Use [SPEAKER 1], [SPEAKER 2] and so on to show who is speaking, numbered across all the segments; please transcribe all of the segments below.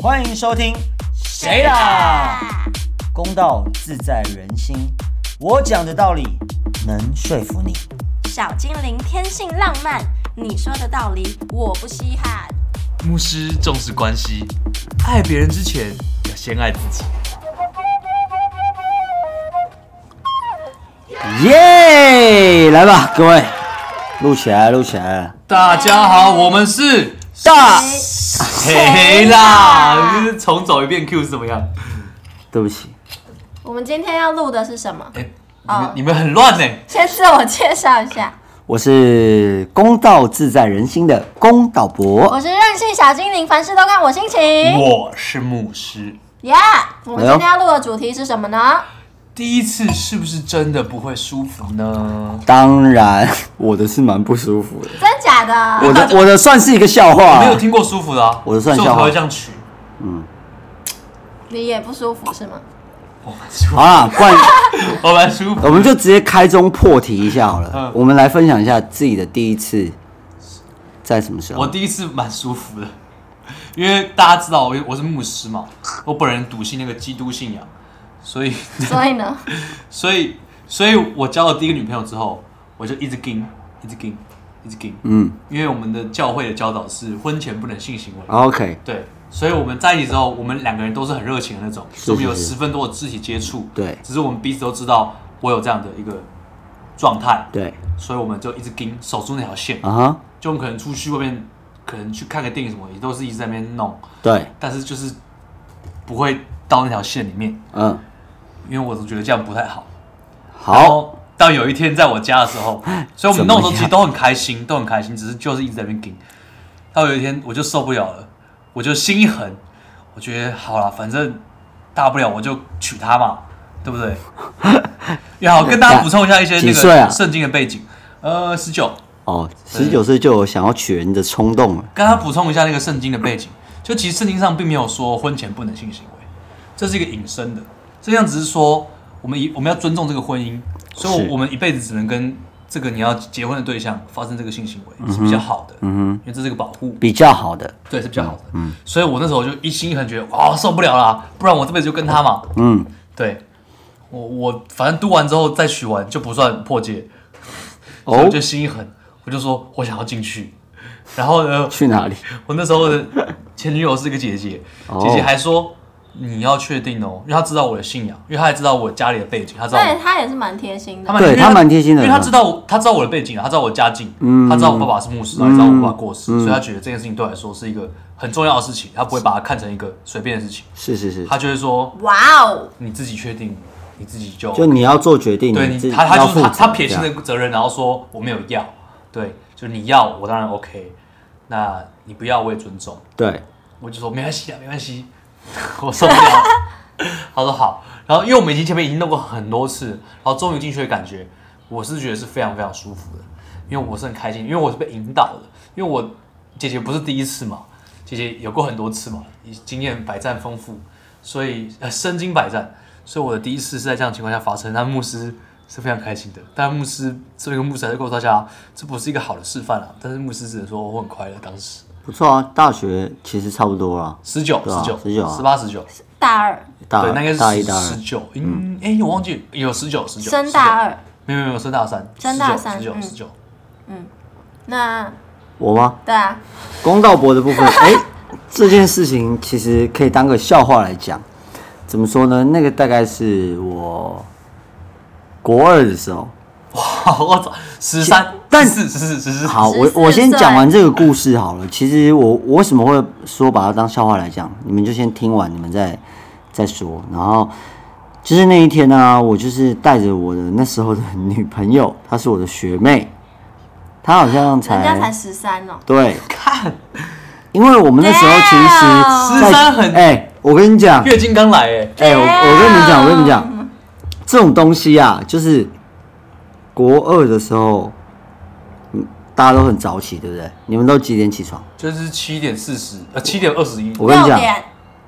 [SPEAKER 1] 欢迎收听《谁啦》，公道自在人心，我讲的道理能说服你。
[SPEAKER 2] 小精灵天性浪漫，你说的道理我不稀罕。
[SPEAKER 3] 牧师重视关系，爱别人之前要先爱自己。
[SPEAKER 1] 耶、来吧，各位，录起来，录起来。
[SPEAKER 3] 大家好，我们是
[SPEAKER 1] 大，
[SPEAKER 3] 谁啦？就是重走一遍 Q 是怎么样？
[SPEAKER 1] 对不起，
[SPEAKER 2] 我们今天要录的是什么？
[SPEAKER 3] 哎、你
[SPEAKER 1] 哦
[SPEAKER 3] 们、你们很乱呢、
[SPEAKER 2] 先自我介绍一下，
[SPEAKER 1] 我是公道自在人心的公道伯
[SPEAKER 2] 我。是任性小精灵，凡事都看我心情。
[SPEAKER 3] 我是牧师，
[SPEAKER 2] 耶
[SPEAKER 1] 哎
[SPEAKER 2] 我们今天要录的主题是什么呢？
[SPEAKER 3] 第一次是不是真的不会舒服呢？
[SPEAKER 1] 当然，我的是蛮不舒服 的，
[SPEAKER 2] 真假的？
[SPEAKER 1] 我的我的算是一个笑话
[SPEAKER 3] 没有，听过舒服的啊，
[SPEAKER 1] 我的算
[SPEAKER 3] 所以
[SPEAKER 1] 笑
[SPEAKER 3] 我
[SPEAKER 1] 话
[SPEAKER 3] 才会这样取。
[SPEAKER 2] 你也不舒服是吗？
[SPEAKER 3] 我蛮舒服
[SPEAKER 1] 好，啦，不然。
[SPEAKER 3] 我蛮舒服。
[SPEAKER 1] 我们就直接开宗破题一下好了。
[SPEAKER 3] 嗯
[SPEAKER 1] 我们来分享一下自己的第一次在什么时
[SPEAKER 3] 我
[SPEAKER 1] 候？
[SPEAKER 3] 第一次蛮舒服的，因为大家知道我我是牧师嘛，我本人笃信那个基督信仰，所以
[SPEAKER 2] 所以 呢？
[SPEAKER 3] 所以，所以我交了第一个女朋友之后，我就一直跟，一直跟，一直跟，
[SPEAKER 1] 嗯
[SPEAKER 3] 因为我们的教会的教导是婚前不能性行为。
[SPEAKER 1] ，OK，
[SPEAKER 3] 对，所以我们在一起之后，我们两个人都是很热情的那种，
[SPEAKER 1] 是
[SPEAKER 3] 我们有
[SPEAKER 1] 是
[SPEAKER 3] 十分多的肢体接触。
[SPEAKER 1] 对
[SPEAKER 3] 只是我们彼此都知道我有这样的一个状态，
[SPEAKER 1] 对，
[SPEAKER 3] 所以我们就一直跟，守住那条线。
[SPEAKER 1] 啊哈，
[SPEAKER 3] 就我们可能出去外面，可能去看个电影什么，也都是一直在那边弄，
[SPEAKER 1] 对，
[SPEAKER 3] 但是就是不会到那条线里面，
[SPEAKER 1] 嗯，
[SPEAKER 3] 因为我总觉得这样不太好。然
[SPEAKER 1] 好，
[SPEAKER 3] 后到有一天在我家的 时候，所以我们弄的时候其实都很开心，都很开心，只是就是一直在那边顶。到有一天我就受不了了，我就心一横，我觉得好了，反正大不了我就娶她嘛，对 不对？也好，跟大家补充一下一些那
[SPEAKER 1] 几岁啊
[SPEAKER 3] 个圣经的背景。呃，十九，
[SPEAKER 1] 哦，十九岁就有想要娶人的冲动了，
[SPEAKER 3] 跟大家补充一下那个圣经的背景。就其实圣经上并没有说婚前不能性行为，这是一个引申的。这样只是说我们一我们要尊重这个婚姻，所以
[SPEAKER 1] 是
[SPEAKER 3] 我们一辈子只能跟这个你要结婚的对象发生这个性行为是比较好的，嗯因为这是一个保护，
[SPEAKER 1] 比较好的，
[SPEAKER 3] 对，是比较好的。嗯，所以我那时候就一心一狠觉得，哇，受不了啦，不然我这辈子就跟他嘛。
[SPEAKER 1] 嗯，
[SPEAKER 3] 对，我我反正读完之后再取完就不算破戒，所以
[SPEAKER 1] 哦
[SPEAKER 3] 我就，心一狠，我就说我想要进去，然后呢，
[SPEAKER 1] 去 哪里？
[SPEAKER 3] 我那时候的前女友是个姐姐，
[SPEAKER 1] 哦
[SPEAKER 3] 姐姐还说你要确定哦，因为她知道我的信仰，因为她也知道我家里的背景，她知道
[SPEAKER 2] 对
[SPEAKER 3] 我
[SPEAKER 2] 他也是蛮贴心的
[SPEAKER 3] 她。蛮
[SPEAKER 1] 对
[SPEAKER 3] 因为
[SPEAKER 1] 她蛮贴心的嗯
[SPEAKER 3] 因为她知道我她知道我的背景啊，她知道我的家境，她知道我爸爸是牧师啊，也知道我爸爸过世，所以她觉得这件事情对我来说是一个很重要的事情，她不会把它看成一个随便的事情，
[SPEAKER 1] 是是是，
[SPEAKER 3] 她就会说
[SPEAKER 2] 哇哦，
[SPEAKER 3] 你自己确定，你自己就
[SPEAKER 1] 就你要做决定，
[SPEAKER 3] 对
[SPEAKER 1] 你自
[SPEAKER 3] 你，
[SPEAKER 1] 己
[SPEAKER 3] 他他
[SPEAKER 1] 要
[SPEAKER 3] 就是
[SPEAKER 1] 负
[SPEAKER 3] 他
[SPEAKER 1] 责，
[SPEAKER 3] 他撇
[SPEAKER 1] 这
[SPEAKER 3] 清
[SPEAKER 1] 样
[SPEAKER 3] 这个责任，然后说我没有要，对，就是你要我当然 OK，那你不要我也尊重，
[SPEAKER 1] 对，
[SPEAKER 3] 我就说没关系啊，没关系， 我受不了。 他说好，然后因为我们已经前面已经弄过很多次，然后终于进去的感觉，我是觉得是非常非常舒服的，因为我是很开心，因为我是被引导的，因为我姐姐不是第一次嘛，姐姐有过很多次嘛，经验百战丰富，所以呃身经百战，所以我的第一次是在这样的情况下发生，但牧师是非常开心的，但牧师作为一个牧师还是告诉大家，啊这不是一个好的示范啊，但是牧师只能说我很快乐，当时
[SPEAKER 1] 不错啊，大学其实差不多了，
[SPEAKER 3] 十九
[SPEAKER 1] 对啊
[SPEAKER 3] 十九
[SPEAKER 1] 19啊
[SPEAKER 3] 十八十九。
[SPEAKER 2] 大二，
[SPEAKER 1] 大
[SPEAKER 3] 对，那应该是
[SPEAKER 1] 啊大一大
[SPEAKER 3] 十
[SPEAKER 1] 二，
[SPEAKER 3] 九，嗯，哎，我忘记有十九，十九，
[SPEAKER 2] 升大
[SPEAKER 3] 19，
[SPEAKER 2] 二。
[SPEAKER 3] 没有没有没有升大三，
[SPEAKER 2] 升大三
[SPEAKER 3] 十九
[SPEAKER 2] 嗯
[SPEAKER 3] 十九，
[SPEAKER 2] 那
[SPEAKER 1] 我吗？
[SPEAKER 2] 对啊，
[SPEAKER 1] 公道博的 部分，哎、这件事情其实可以当个笑话来讲。怎么说呢？那个大概是我国二的时候。
[SPEAKER 3] 好，我操，十三，
[SPEAKER 1] 但
[SPEAKER 3] 四十四十四，
[SPEAKER 1] 好，我
[SPEAKER 2] 14
[SPEAKER 1] 我先
[SPEAKER 2] 岁
[SPEAKER 1] 讲完这个故事好了。其实我我为什么会说把它当笑话来讲？你们就先听完，你们再再说。然后就是那一天呢、啊我就是带着我的那时候的女朋友，她是我的学妹，她好像才
[SPEAKER 2] 人家才十三哦。
[SPEAKER 1] 对，
[SPEAKER 3] 看
[SPEAKER 1] 因为我们那时候其实
[SPEAKER 2] Damn
[SPEAKER 1] 在
[SPEAKER 3] 13很
[SPEAKER 1] 哎、我跟你讲，
[SPEAKER 3] 月经刚来，哎，
[SPEAKER 1] 哎、我我跟你讲，我跟你讲，这种东西啊，就是国二的时候，嗯，大家都很早起，对不对？你们都几点起床？
[SPEAKER 3] 就是七点四十，呃，七点二十一，
[SPEAKER 1] 我跟你
[SPEAKER 2] 六
[SPEAKER 1] 讲，
[SPEAKER 2] 点，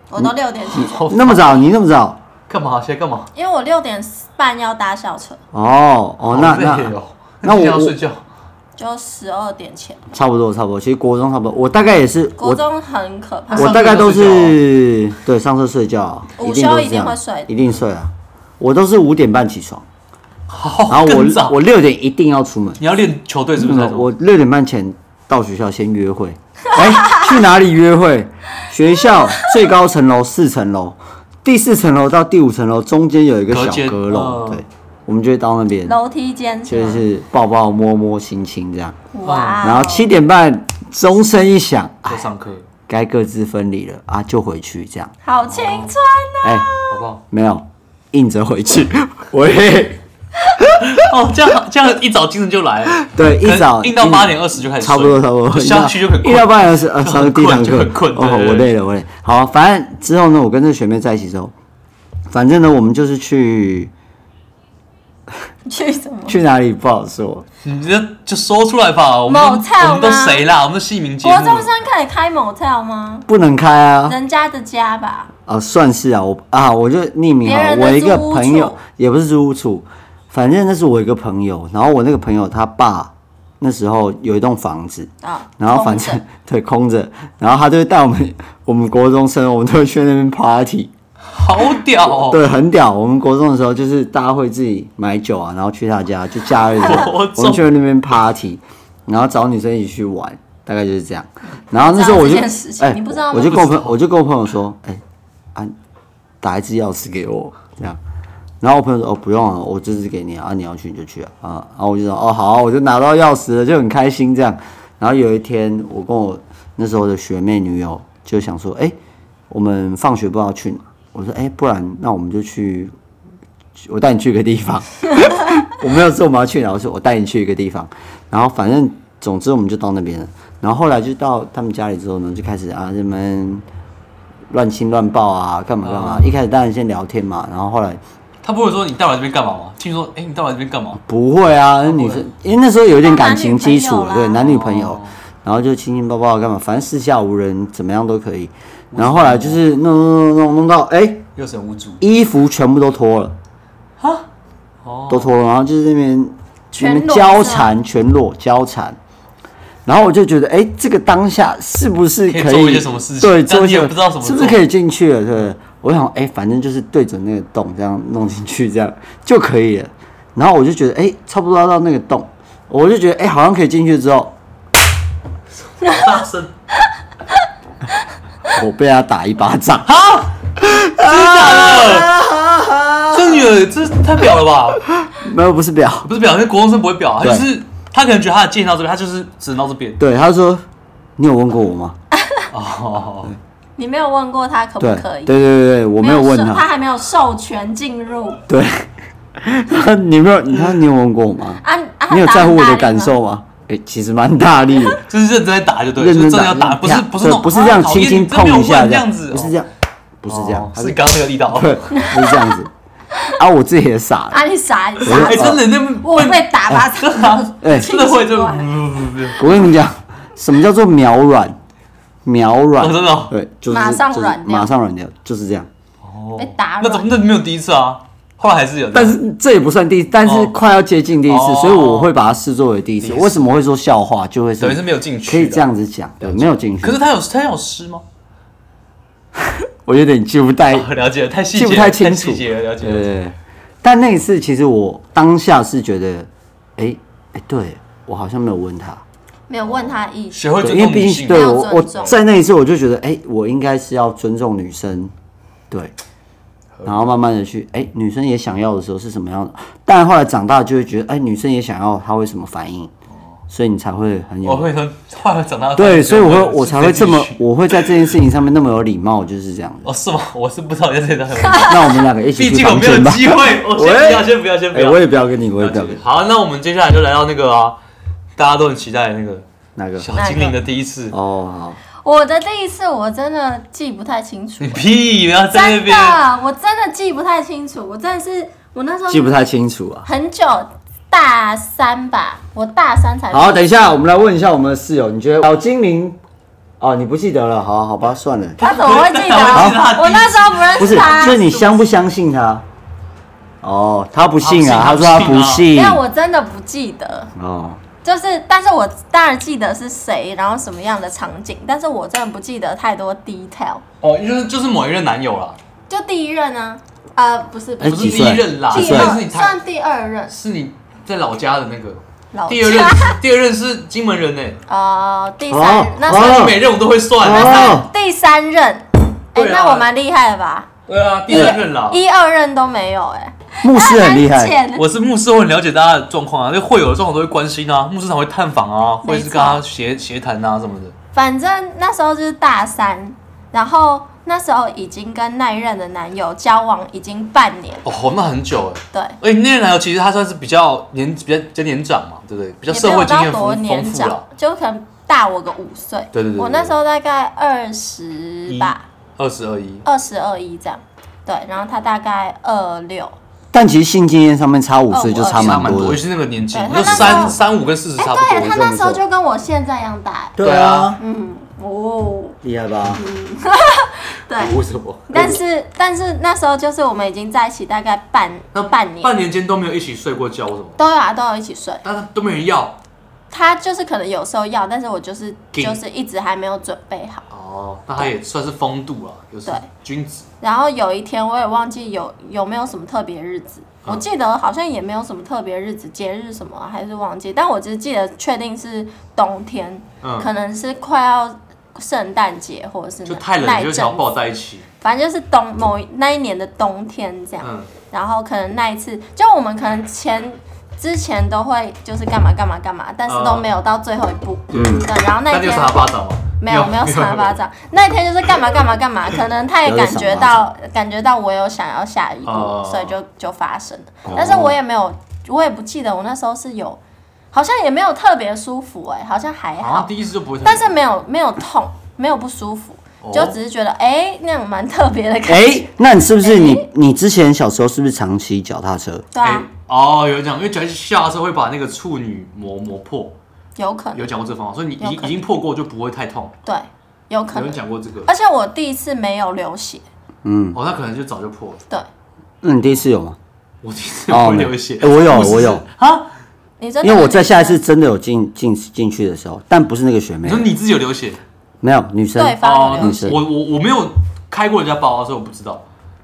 [SPEAKER 2] 我都六点起床，
[SPEAKER 3] 哦
[SPEAKER 1] 那么早，你那么早？
[SPEAKER 3] 干嘛？现在干嘛？
[SPEAKER 1] 嗯
[SPEAKER 2] 因为我六点半要搭校车
[SPEAKER 1] 哦哦，那
[SPEAKER 3] 好累
[SPEAKER 1] 那
[SPEAKER 3] 哦
[SPEAKER 1] 那
[SPEAKER 3] 那
[SPEAKER 1] 我
[SPEAKER 3] 要睡觉，
[SPEAKER 4] 就十二点前，
[SPEAKER 1] 差不多差不多。其实国中差不多，我大概也是
[SPEAKER 4] 国
[SPEAKER 1] 我
[SPEAKER 4] 中很可怕
[SPEAKER 3] 那。
[SPEAKER 1] 我
[SPEAKER 3] 上
[SPEAKER 1] 大概
[SPEAKER 3] 课就
[SPEAKER 1] 都
[SPEAKER 3] 睡觉
[SPEAKER 1] 是对上课睡觉，
[SPEAKER 4] 午
[SPEAKER 1] 定都
[SPEAKER 4] 休
[SPEAKER 1] 是
[SPEAKER 4] 一
[SPEAKER 1] 这
[SPEAKER 4] 定
[SPEAKER 1] 样
[SPEAKER 4] 会睡
[SPEAKER 1] 一定睡啊。我都是五点半起床，然
[SPEAKER 3] 好，
[SPEAKER 1] 后
[SPEAKER 3] 哦更早
[SPEAKER 1] 我。我六点一定要出门。
[SPEAKER 3] 你要练球队是不是？
[SPEAKER 1] 嗯我六点半前到学校先约 会。哎、去哪里约会？学校最高层楼四层楼，第四层楼到第五层楼中间有一个
[SPEAKER 3] 隔
[SPEAKER 1] 小
[SPEAKER 3] 间
[SPEAKER 1] 阁楼，
[SPEAKER 3] 嗯
[SPEAKER 1] 对，我们就会到那边，
[SPEAKER 4] 楼梯间
[SPEAKER 1] 就是
[SPEAKER 4] 吗
[SPEAKER 1] 是抱抱、摸摸、亲亲这样。
[SPEAKER 3] 嗯
[SPEAKER 4] 哇哦，
[SPEAKER 1] 然后七点半钟声一响，啊
[SPEAKER 3] 在上课，
[SPEAKER 1] 该各自分离了啊，就回去这样。
[SPEAKER 4] 好青春啊！
[SPEAKER 1] 哎、
[SPEAKER 3] 好不好？
[SPEAKER 1] 没有，硬着回 去。喂，
[SPEAKER 3] 哦，这样这样一早精神就来了。
[SPEAKER 1] 对，
[SPEAKER 3] 可能
[SPEAKER 1] 一早
[SPEAKER 3] 硬到八点
[SPEAKER 1] 嗯
[SPEAKER 3] 二十就开始睡，
[SPEAKER 1] 差不多差不多，
[SPEAKER 3] 相去就很
[SPEAKER 1] 一到半小时，呃，
[SPEAKER 3] 就
[SPEAKER 1] 上
[SPEAKER 3] 很
[SPEAKER 1] 第一堂
[SPEAKER 3] 困就
[SPEAKER 1] 课
[SPEAKER 3] 很困对
[SPEAKER 1] 哦
[SPEAKER 3] 对，对
[SPEAKER 1] 我累了，我累。好，反正之后呢，我跟这个学妹在一起之后，反正呢，我们就是去
[SPEAKER 4] 去什么？
[SPEAKER 1] 去哪里不好说，
[SPEAKER 3] 你这就说出来吧。我们
[SPEAKER 4] 某菜
[SPEAKER 3] 我们都
[SPEAKER 4] 吗
[SPEAKER 3] 谁啦？我们都姓名节
[SPEAKER 4] 国
[SPEAKER 3] 目。
[SPEAKER 4] 中生可以开 motel 吗？
[SPEAKER 1] 不能开啊，
[SPEAKER 4] 人家的家吧，
[SPEAKER 1] 啊，算是啊，我啊，我就匿名好了，
[SPEAKER 4] 别人的
[SPEAKER 1] 我一个
[SPEAKER 4] 租屋
[SPEAKER 1] 朋友
[SPEAKER 4] 处
[SPEAKER 1] 也不是租屋处，反正那是我一个朋友，然后我那个朋友他爸那时候有一栋房子，
[SPEAKER 4] 啊，
[SPEAKER 1] 然后反
[SPEAKER 4] 空
[SPEAKER 1] 正
[SPEAKER 4] 着
[SPEAKER 1] 对空着，然后他就会带我们，我们国中生，我们都会去那边 party，、
[SPEAKER 3] 好屌哦！
[SPEAKER 1] 对，很屌。我们国中的时候，就是大家会自己买酒啊，然后去他家，就假日的时
[SPEAKER 3] 国
[SPEAKER 1] 候，
[SPEAKER 3] 中
[SPEAKER 1] 我们去那边 party，然后找女生一起去玩，大概就是这样。然后那时候我就
[SPEAKER 4] 你知道这件事情
[SPEAKER 1] 哎
[SPEAKER 4] 你不知道吗
[SPEAKER 1] 我就跟我朋友，我就跟我朋友说，哎、啊，打一支钥匙给我，这样。然后我朋友说：“哦，不用了，我这支给你啊，啊你要去你就去啊。”啊，然后我就说：“哦，好啊，我就拿到钥匙了，就很开心这样。”然后有一天，我跟我那时候的学妹女友就想说：“哎，我们放学不知道去哪？”我说：“哎，不然那我们就去，我带你去一个地方。” 我没有说我们要去哪，我说我带你去一个地方。然后反正总之我们就到那边了。然后后来就到他们家里之后呢，就开始啊，你们乱亲乱抱啊，干嘛干嘛。一开始当然先聊天嘛，然后后来。
[SPEAKER 3] 他不会说你带我来这边干嘛吗？听说，哎，你带我来这边干嘛？
[SPEAKER 1] 不会啊，那女生因为那时候有一点感情基础，
[SPEAKER 4] 当
[SPEAKER 1] 对男
[SPEAKER 4] 男
[SPEAKER 1] 女朋哦友，然后就亲亲抱抱啊干嘛，反正四下无人，怎么样都可以。然后后来就是弄弄弄弄弄到，哎、
[SPEAKER 3] 六神无主
[SPEAKER 1] 衣服全部都脱了，
[SPEAKER 3] 哈，哦，
[SPEAKER 1] 都脱了，然后就是那边那
[SPEAKER 4] 全
[SPEAKER 1] 边
[SPEAKER 4] 裸
[SPEAKER 1] 交
[SPEAKER 4] 是吗
[SPEAKER 1] 缠，全裸交缠。然后我就觉得，哎，这个当下是不是
[SPEAKER 3] 可以
[SPEAKER 1] 可以
[SPEAKER 3] 做一些什么事情
[SPEAKER 1] 对，做
[SPEAKER 3] 但
[SPEAKER 1] 一
[SPEAKER 3] 你也
[SPEAKER 1] 些
[SPEAKER 3] 不知道什么
[SPEAKER 1] 是不是
[SPEAKER 3] 做
[SPEAKER 1] 可以进去了？对，我想，哎，反正就是对准那个洞这样弄进去，这样就可以了。然后我就觉得，哎，差不多要到那个洞，我就觉得，哎，好像可以进去之后，
[SPEAKER 3] 好大声，
[SPEAKER 1] 我被他打一巴掌。
[SPEAKER 4] 呃
[SPEAKER 3] 这女的这太表了吧？
[SPEAKER 1] 没有，不是表，
[SPEAKER 3] 不是表，因为国中生不会表，他
[SPEAKER 1] 对
[SPEAKER 3] 就是他可能觉得他的界限到这边，他就是只能到 这边。
[SPEAKER 1] 对，他说，你有问过我吗？
[SPEAKER 3] 哦，
[SPEAKER 4] 你没有问过他可不
[SPEAKER 1] 对，
[SPEAKER 4] 可以？
[SPEAKER 1] 对对对对，我没有问啊
[SPEAKER 4] 授他
[SPEAKER 1] 他。
[SPEAKER 4] 还没有授权进入
[SPEAKER 1] 对，他说你没有，他说你有问过我吗？
[SPEAKER 4] 啊！啊
[SPEAKER 1] 你有在乎我的
[SPEAKER 4] 他打很大力吗
[SPEAKER 1] 感受吗？哎、其实蛮大力的，
[SPEAKER 3] 就是认真在打就对 了，
[SPEAKER 1] 认真
[SPEAKER 3] 就哎是真的要
[SPEAKER 1] 打，
[SPEAKER 3] 打，不是不是
[SPEAKER 1] 对
[SPEAKER 3] 那种
[SPEAKER 1] 不是这样
[SPEAKER 3] 啊讨
[SPEAKER 1] 轻
[SPEAKER 3] 厌
[SPEAKER 1] 轻
[SPEAKER 3] 你真没
[SPEAKER 1] 碰
[SPEAKER 3] 有
[SPEAKER 1] 一下这
[SPEAKER 3] 问这
[SPEAKER 1] 样
[SPEAKER 3] 样子，
[SPEAKER 1] 不是这样，
[SPEAKER 3] 样，
[SPEAKER 1] 不是这样
[SPEAKER 3] 哦，
[SPEAKER 1] 他
[SPEAKER 3] 是刚刚那个力道。
[SPEAKER 1] 对，不是这样子。啊，我自己也傻了，
[SPEAKER 4] 啊！你傻你傻
[SPEAKER 1] 我
[SPEAKER 3] 哎，
[SPEAKER 4] 了，
[SPEAKER 3] 真的那么
[SPEAKER 4] 我被打巴掌，
[SPEAKER 1] 哎
[SPEAKER 3] 真的会就，
[SPEAKER 4] 奇怪
[SPEAKER 1] 我跟你们讲，什么叫做秒软？秒软，
[SPEAKER 3] 哦真的哦
[SPEAKER 1] 对，就是
[SPEAKER 4] 马上
[SPEAKER 1] 就
[SPEAKER 4] 软
[SPEAKER 1] 是
[SPEAKER 4] 掉
[SPEAKER 1] 马上软掉，就是这样。
[SPEAKER 4] 被打
[SPEAKER 3] 那怎么那
[SPEAKER 4] 软。
[SPEAKER 3] 没有第一次啊？后来还是有的，
[SPEAKER 1] 但是这也不算第一，但是
[SPEAKER 3] 哦
[SPEAKER 1] 快要接近第一次，
[SPEAKER 3] 哦
[SPEAKER 1] 所以我会把它视作为第一次。
[SPEAKER 3] 第一次
[SPEAKER 1] 为什么会说笑话？就会
[SPEAKER 3] 等于是没有进去，
[SPEAKER 1] 可以这。样子讲，对，没有进去。
[SPEAKER 3] 可是他有他有诗吗？
[SPEAKER 1] 我有点记不太
[SPEAKER 3] 哦 了解了，太细
[SPEAKER 1] 记
[SPEAKER 3] 节
[SPEAKER 1] 不
[SPEAKER 3] 了，
[SPEAKER 1] 太清楚
[SPEAKER 3] 细节了，了解了。
[SPEAKER 1] 对，但那一次其实我当下是觉得，哎哎，对我好像没有问他，
[SPEAKER 4] 没有问他意思，
[SPEAKER 3] 学会
[SPEAKER 1] 对，
[SPEAKER 3] 尊
[SPEAKER 1] 因为
[SPEAKER 3] 重
[SPEAKER 1] 毕
[SPEAKER 3] 女
[SPEAKER 1] 竟
[SPEAKER 3] 性，
[SPEAKER 1] 对
[SPEAKER 4] 要
[SPEAKER 1] 我
[SPEAKER 4] 尊
[SPEAKER 1] 我
[SPEAKER 4] 重
[SPEAKER 1] 在那一次我就觉得，哎，我应该是要尊重女生，对，然后慢慢的去，哎，女生也想要的时候是什么样的？但后来长大就会觉得，哎，女生也想要，她会什么反应？所以你才会很有。
[SPEAKER 3] 我哦会说，后来长 大
[SPEAKER 1] 对，所以我会我才会这么
[SPEAKER 3] 是谁，继续
[SPEAKER 1] 我会在这件事情上面那么有礼貌，就是这样的。
[SPEAKER 3] 哦，是吗？ 我是不知道你在这里，
[SPEAKER 1] 那我们两个一起
[SPEAKER 3] 毕
[SPEAKER 1] 去
[SPEAKER 3] 竟我
[SPEAKER 1] 房
[SPEAKER 3] 没有
[SPEAKER 1] 间吧。
[SPEAKER 3] 机会，我先不要，先不要，先不
[SPEAKER 1] 哎，
[SPEAKER 3] 要
[SPEAKER 1] 我。也不要跟你，我也不要
[SPEAKER 3] 了
[SPEAKER 1] 跟
[SPEAKER 3] 解
[SPEAKER 1] 你。
[SPEAKER 3] 好，那我们接下来就来到那个啊，大家都很期待的那个
[SPEAKER 1] 哪个？
[SPEAKER 3] 小精灵的第一次。
[SPEAKER 1] 哦，
[SPEAKER 4] 我的第一次我真的记不太清楚
[SPEAKER 3] 你，屁！不要在那
[SPEAKER 4] 真
[SPEAKER 3] 边。
[SPEAKER 4] 的，我真的记不太清楚，我真的是我那时候
[SPEAKER 1] 好，记不太清楚啊。
[SPEAKER 4] 很久，大三吧，我大三才
[SPEAKER 1] 好，等一下，我们来问一下我们的室友，你觉得小精灵？哦，你不记得了，好好吧，算了。
[SPEAKER 4] 他怎么会记得啊？
[SPEAKER 3] 好
[SPEAKER 4] 我那时候不认识他，
[SPEAKER 1] 不是，就是你相不相信他？哦，他不信啊，他
[SPEAKER 3] 他不
[SPEAKER 1] 说
[SPEAKER 3] 信啊
[SPEAKER 1] 他不信
[SPEAKER 4] 没。有，我真的不记得，
[SPEAKER 1] 哦，
[SPEAKER 4] 就就是，但是我当然记得是谁，然后什么样的场景，但是我真的不记得太多 detail。
[SPEAKER 3] 哦，就是就是某一任男友啦，
[SPEAKER 4] 就第一任呢、啊，呃，不是，不
[SPEAKER 1] 哎
[SPEAKER 3] 不
[SPEAKER 4] 是
[SPEAKER 3] 是
[SPEAKER 1] 几
[SPEAKER 3] 第
[SPEAKER 1] 岁
[SPEAKER 3] 一任啦，
[SPEAKER 1] 几
[SPEAKER 4] 第
[SPEAKER 1] 岁
[SPEAKER 3] 但是
[SPEAKER 4] 二
[SPEAKER 3] 你谈
[SPEAKER 4] 算第二任，
[SPEAKER 3] 是你在老家的那个，
[SPEAKER 4] 老
[SPEAKER 3] 第二任 是第二任是金门人呢、
[SPEAKER 4] 哦，第三、
[SPEAKER 1] 哦
[SPEAKER 4] 那
[SPEAKER 1] 哦
[SPEAKER 4] 算、
[SPEAKER 3] 你每任我都会算、
[SPEAKER 1] 哦
[SPEAKER 4] 第三任，哎、
[SPEAKER 3] 对啊
[SPEAKER 4] 那我蛮厉害的吧？
[SPEAKER 3] 对啊，第三任啦。
[SPEAKER 4] 一二任都没有哎、
[SPEAKER 1] 牧师很厉
[SPEAKER 4] 还蛮
[SPEAKER 1] 害，
[SPEAKER 4] 浅的
[SPEAKER 3] 我是牧师，我很了解大家的状况啊，就会有的状况都会关心啊，牧师常会探访啊，或者是跟他协协谈啊什么的。
[SPEAKER 4] 反正那时候就是大三，然后那时候已经跟那一任的男友交往已经半年，
[SPEAKER 3] 哦，那很久哎、
[SPEAKER 4] 对，
[SPEAKER 3] 而且那任男友其实他算是比较年比较比较年长嘛，对不对？比较
[SPEAKER 4] 也
[SPEAKER 3] 社
[SPEAKER 4] 没
[SPEAKER 3] 会
[SPEAKER 4] 有
[SPEAKER 3] 经
[SPEAKER 4] 到
[SPEAKER 3] 验丰
[SPEAKER 4] 多
[SPEAKER 3] 丰
[SPEAKER 4] 年
[SPEAKER 3] 富
[SPEAKER 4] 长
[SPEAKER 3] 了，，
[SPEAKER 4] 就可能大我个五岁。
[SPEAKER 3] 对对对对
[SPEAKER 4] 我那时候大概二十吧，
[SPEAKER 3] 二十二一。
[SPEAKER 4] 二十二一这样。对，然后他大概二六，
[SPEAKER 1] 但其实性经验上面差五
[SPEAKER 4] 哦
[SPEAKER 1] 岁就差
[SPEAKER 3] 差
[SPEAKER 1] 蛮
[SPEAKER 3] 蛮
[SPEAKER 1] 多
[SPEAKER 3] 多，尤
[SPEAKER 1] 的
[SPEAKER 3] 其。是那个年纪，
[SPEAKER 4] 对
[SPEAKER 3] 你就
[SPEAKER 4] 他那时候
[SPEAKER 3] 三三五跟四十
[SPEAKER 4] 哎，
[SPEAKER 3] 差不
[SPEAKER 4] 对
[SPEAKER 3] 多。
[SPEAKER 4] 他那时候
[SPEAKER 3] 没错
[SPEAKER 4] 就跟我现在一样大，
[SPEAKER 3] 对啊，
[SPEAKER 4] 嗯，哦，
[SPEAKER 1] 厉害吧？
[SPEAKER 4] 对，
[SPEAKER 3] 为什么？
[SPEAKER 4] 但是但是那时候就是我们已经在一起大概半
[SPEAKER 3] 那
[SPEAKER 4] 半 年，
[SPEAKER 3] 半年间都没有一起睡过觉，为什么？
[SPEAKER 4] 都有啊都有一起睡。
[SPEAKER 3] 但是都没人要。
[SPEAKER 4] 他就是可能有时候要，但是我就是
[SPEAKER 3] 给
[SPEAKER 4] 就是一直还没有准备好。
[SPEAKER 3] 哦，那他也算是风度了，就是
[SPEAKER 4] 对
[SPEAKER 3] 君子。
[SPEAKER 4] 然后有一天我也忘记有有没有什么特别日子，
[SPEAKER 3] 嗯
[SPEAKER 4] 我记得好像也没有什么特别日子，节日什么还是忘记，但我只记得确定是冬天，
[SPEAKER 3] 嗯，
[SPEAKER 4] 可能是快要圣诞节或者是
[SPEAKER 3] 就太冷
[SPEAKER 4] 那
[SPEAKER 3] 了
[SPEAKER 4] 一
[SPEAKER 3] 就
[SPEAKER 4] 阵
[SPEAKER 3] 想要
[SPEAKER 4] 子，
[SPEAKER 3] 抱在一起。
[SPEAKER 4] 反正就是冬某一那一年的冬天这样。
[SPEAKER 3] 嗯，
[SPEAKER 4] 然后可能那一次，就我们可能前之前都会就是干嘛干嘛干嘛，但是都没有到最后一步。
[SPEAKER 3] 啊嗯
[SPEAKER 4] 对，然后那
[SPEAKER 3] 那
[SPEAKER 4] 一
[SPEAKER 3] 你有
[SPEAKER 4] 天
[SPEAKER 3] 赏他巴掌吗？
[SPEAKER 4] 没有没有赏他巴掌，那一天就是干嘛干嘛干嘛，可能他也感觉到感觉到我有想要下一步，
[SPEAKER 3] 哦
[SPEAKER 4] 所以就就发生了。但是我也没有，我也不记得我那时候是有，好像也没有特别舒服哎、好像还
[SPEAKER 3] 好像
[SPEAKER 4] 好，
[SPEAKER 3] 第一次就不会特别。
[SPEAKER 4] 但是没有没有痛，没有不舒服，
[SPEAKER 3] 哦
[SPEAKER 4] 就只是觉得哎、那种蛮特别的感
[SPEAKER 1] 哎、
[SPEAKER 4] 觉。
[SPEAKER 1] 那你是不是你你之前小时候是不是常骑脚踏车？
[SPEAKER 4] 对啊
[SPEAKER 3] 哎，哦，有人讲，因为脚下的时候会把那个处女膜磨破，
[SPEAKER 4] 有可能
[SPEAKER 3] 有讲过这个方法，所以你
[SPEAKER 4] 有
[SPEAKER 3] 已
[SPEAKER 4] 可
[SPEAKER 3] 已
[SPEAKER 4] 能
[SPEAKER 3] 经破过就不会太痛。
[SPEAKER 4] 对，有可
[SPEAKER 3] 有
[SPEAKER 4] 能
[SPEAKER 3] 人。讲过这个，
[SPEAKER 4] 而且我第一次没有流血，
[SPEAKER 1] 嗯，
[SPEAKER 3] 哦，那可能就早就破了。
[SPEAKER 4] 对
[SPEAKER 1] 那你第一次有吗？
[SPEAKER 3] 我第一次会流血，
[SPEAKER 1] 哦没哎我有
[SPEAKER 3] 不是
[SPEAKER 1] 我有
[SPEAKER 3] 啊，
[SPEAKER 4] 你真的
[SPEAKER 1] 因为我在下一次真的有进进进去的时候，但不是那个学妹
[SPEAKER 3] 你，说你自己有流血
[SPEAKER 1] 没有女生。
[SPEAKER 4] 对方
[SPEAKER 3] 哦
[SPEAKER 4] 有
[SPEAKER 1] 女
[SPEAKER 4] 流
[SPEAKER 1] 生
[SPEAKER 4] 血，
[SPEAKER 3] 我我我没有开过人家包啊，所以我不知道。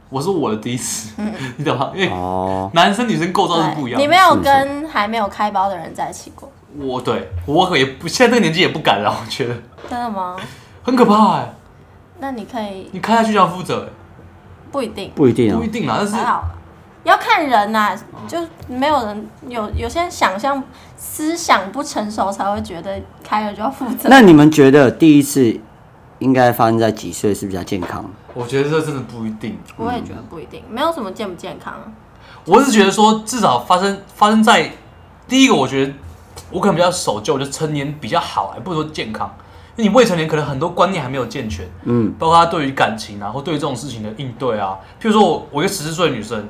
[SPEAKER 3] 我说我的第一次， 你懂吗？因为
[SPEAKER 1] 哦，
[SPEAKER 3] 男生女生构造是不一样
[SPEAKER 4] 嗯你
[SPEAKER 3] 的。
[SPEAKER 4] 没有跟还没有开包的人在一起过，
[SPEAKER 3] 我对我可也不现在这个年纪也不敢了，我觉得
[SPEAKER 4] 真的吗？
[SPEAKER 3] 很可怕哎、
[SPEAKER 4] 那你可以
[SPEAKER 3] 你开下去就要负责、
[SPEAKER 4] 不一定，
[SPEAKER 1] 不一定
[SPEAKER 3] 哎
[SPEAKER 1] 啊
[SPEAKER 3] 不一。定啦，但是
[SPEAKER 4] 还好啦，要看人呐、就没有人有有些人想象思想不成熟才会觉得开了就要负责。
[SPEAKER 1] 那你们觉得第一次应该发生在几岁是比较健康？
[SPEAKER 3] 我觉得这真的不一定。
[SPEAKER 4] 我也觉得不一定，没有什么健不健康啊。
[SPEAKER 3] 我是觉得说，至少发生发生在第一个，我觉得我可能比较守旧，就成年比较好，还不如说健康。因为你未成年可能很多观念还没有健全，
[SPEAKER 1] 嗯，
[SPEAKER 3] 包括他对于感情啊，或对于这种事情的应对啊。譬如说我我一个十四岁的女生，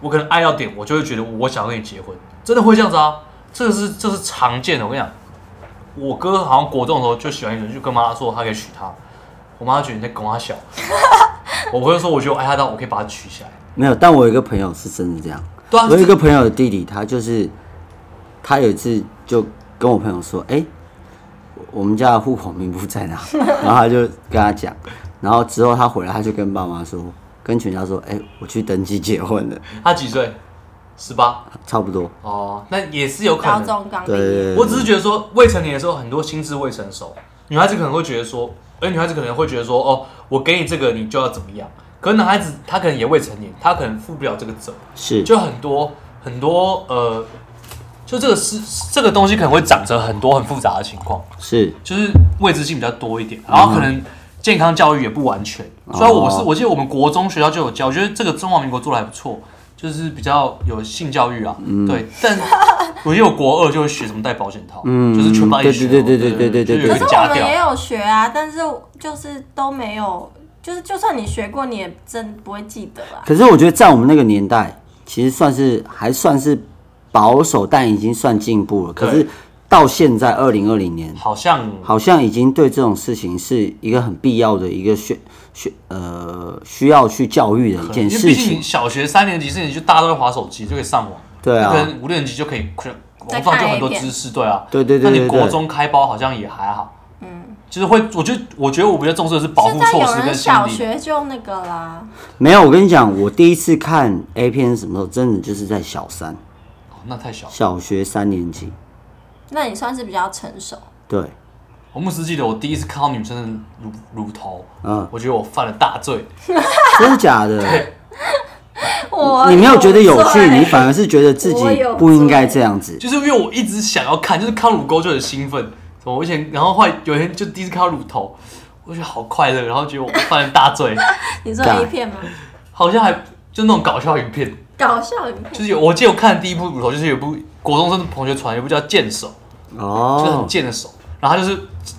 [SPEAKER 3] 我可能爱到点，我就会觉得我想要跟你结婚，真的会这样子啊？这个是这是常见的。我跟你讲，我哥好像国中的时候就喜欢一个人，就跟妈妈说他可以娶她，我妈觉得你在拱她小， 我哥就说我觉得我爱她到我可以把她娶下来。
[SPEAKER 1] 没有，但我有一个朋友是真的这样。
[SPEAKER 3] 对啊，
[SPEAKER 1] 我有一个朋友的弟弟，他就是他有一次就跟我朋友说：“哎、我们家的户口名簿在哪？” 然后他就跟他讲，然后之后他回来，他就跟爸妈说，跟全家说：“哎、我去登记结婚了，
[SPEAKER 3] 他几岁？十八
[SPEAKER 1] 差不多。
[SPEAKER 3] 哦，那也是有可
[SPEAKER 4] 高
[SPEAKER 3] 能。
[SPEAKER 4] 中刚”毕
[SPEAKER 1] 对
[SPEAKER 4] 业，
[SPEAKER 1] 对，对
[SPEAKER 3] 我只是觉得说，未成年的时候很多心智未成熟，女孩子可能会觉得说，而女孩子可能会觉得说，哦，我给你这个你就要怎么样。可是男孩子他可能也未成年，他可能负不了这个责，
[SPEAKER 1] 是
[SPEAKER 3] 就很多很多呃，就这个是这个东西可能会长成很多很复杂的情况。
[SPEAKER 1] 是
[SPEAKER 3] 就是未知性比较多一点，然后可能
[SPEAKER 1] 嗯
[SPEAKER 3] 健康教育也不完全。虽然我
[SPEAKER 1] 哦
[SPEAKER 3] 是，我记得我们国中学校就有教，我觉得这个中华民国做的还不错，就是比较有性教育啊，
[SPEAKER 1] 嗯
[SPEAKER 3] 对。但我记得我国二就会学什么戴保险套，
[SPEAKER 1] 嗯
[SPEAKER 3] 就是全班一起
[SPEAKER 1] 对对
[SPEAKER 3] 学
[SPEAKER 1] 对对对对对
[SPEAKER 3] 就是有一
[SPEAKER 4] 可是
[SPEAKER 1] 对
[SPEAKER 3] 个
[SPEAKER 4] 我
[SPEAKER 3] 家
[SPEAKER 4] 们也
[SPEAKER 3] 调。
[SPEAKER 4] 有学啊，但是就是都没有，就是就算你学过，你也真不会记得啊。
[SPEAKER 1] 可是我觉得在我们那个年代，其实算是还算是保守，但已经算进步了。可是
[SPEAKER 3] 对
[SPEAKER 1] 到现在二零二零年，
[SPEAKER 3] 好像
[SPEAKER 1] 好像已经对这种事情是一个很必要的一个宣宣呃需要去教育的一
[SPEAKER 3] 可能
[SPEAKER 1] 件
[SPEAKER 3] 因为
[SPEAKER 1] 事
[SPEAKER 3] 毕竟
[SPEAKER 1] 情
[SPEAKER 3] 你。小学三年级、四年级就大家都会划手机，就可以上网，
[SPEAKER 1] 对啊
[SPEAKER 3] 可能五六年级就可以
[SPEAKER 4] 再
[SPEAKER 3] 网上就
[SPEAKER 4] 看
[SPEAKER 3] 很多
[SPEAKER 4] 一遍
[SPEAKER 3] 知识，对啊，
[SPEAKER 1] 对对对
[SPEAKER 3] 那
[SPEAKER 1] 对
[SPEAKER 3] 你
[SPEAKER 1] 对
[SPEAKER 3] 国中开包好像也还好，嗯，就是会，我觉得我觉得我比较重视的是保护
[SPEAKER 4] 现在
[SPEAKER 3] 措
[SPEAKER 4] 有
[SPEAKER 3] 施跟
[SPEAKER 4] 人
[SPEAKER 3] 心
[SPEAKER 4] 小
[SPEAKER 3] 理，
[SPEAKER 4] 学就那个啦，
[SPEAKER 1] 没有，我跟你讲，我第一次看 A 片是什么时候？真的就是在小三，
[SPEAKER 3] 哦那太小了。
[SPEAKER 1] 小学三年级。
[SPEAKER 4] 那你算是比较成熟。
[SPEAKER 1] 对，
[SPEAKER 3] 我牧师记得我第一次看到女生的乳乳头，
[SPEAKER 1] 嗯
[SPEAKER 3] 我觉得我犯了大罪，
[SPEAKER 1] 真的假的？
[SPEAKER 4] 我
[SPEAKER 1] 你没有觉得有趣，
[SPEAKER 3] 欸
[SPEAKER 4] 罪
[SPEAKER 1] 你反而是觉得自己
[SPEAKER 4] 我有
[SPEAKER 1] 不应该这样子。
[SPEAKER 3] 就是因为我一直想要看，就是看乳沟就很兴奋，什么我以前，然后后来有一天就第一次看到乳头，我觉得好快乐，然后觉得我犯了大罪，
[SPEAKER 4] 你做
[SPEAKER 1] 干
[SPEAKER 4] A 片吗？
[SPEAKER 3] 好像还就那种搞笑影片，
[SPEAKER 4] 搞笑影片
[SPEAKER 3] 就是有我记得我看的第一部乳头就是有部国中生同学传的一部叫《剑手》，就是
[SPEAKER 1] 哦
[SPEAKER 3] 很，贱的手，然后他就是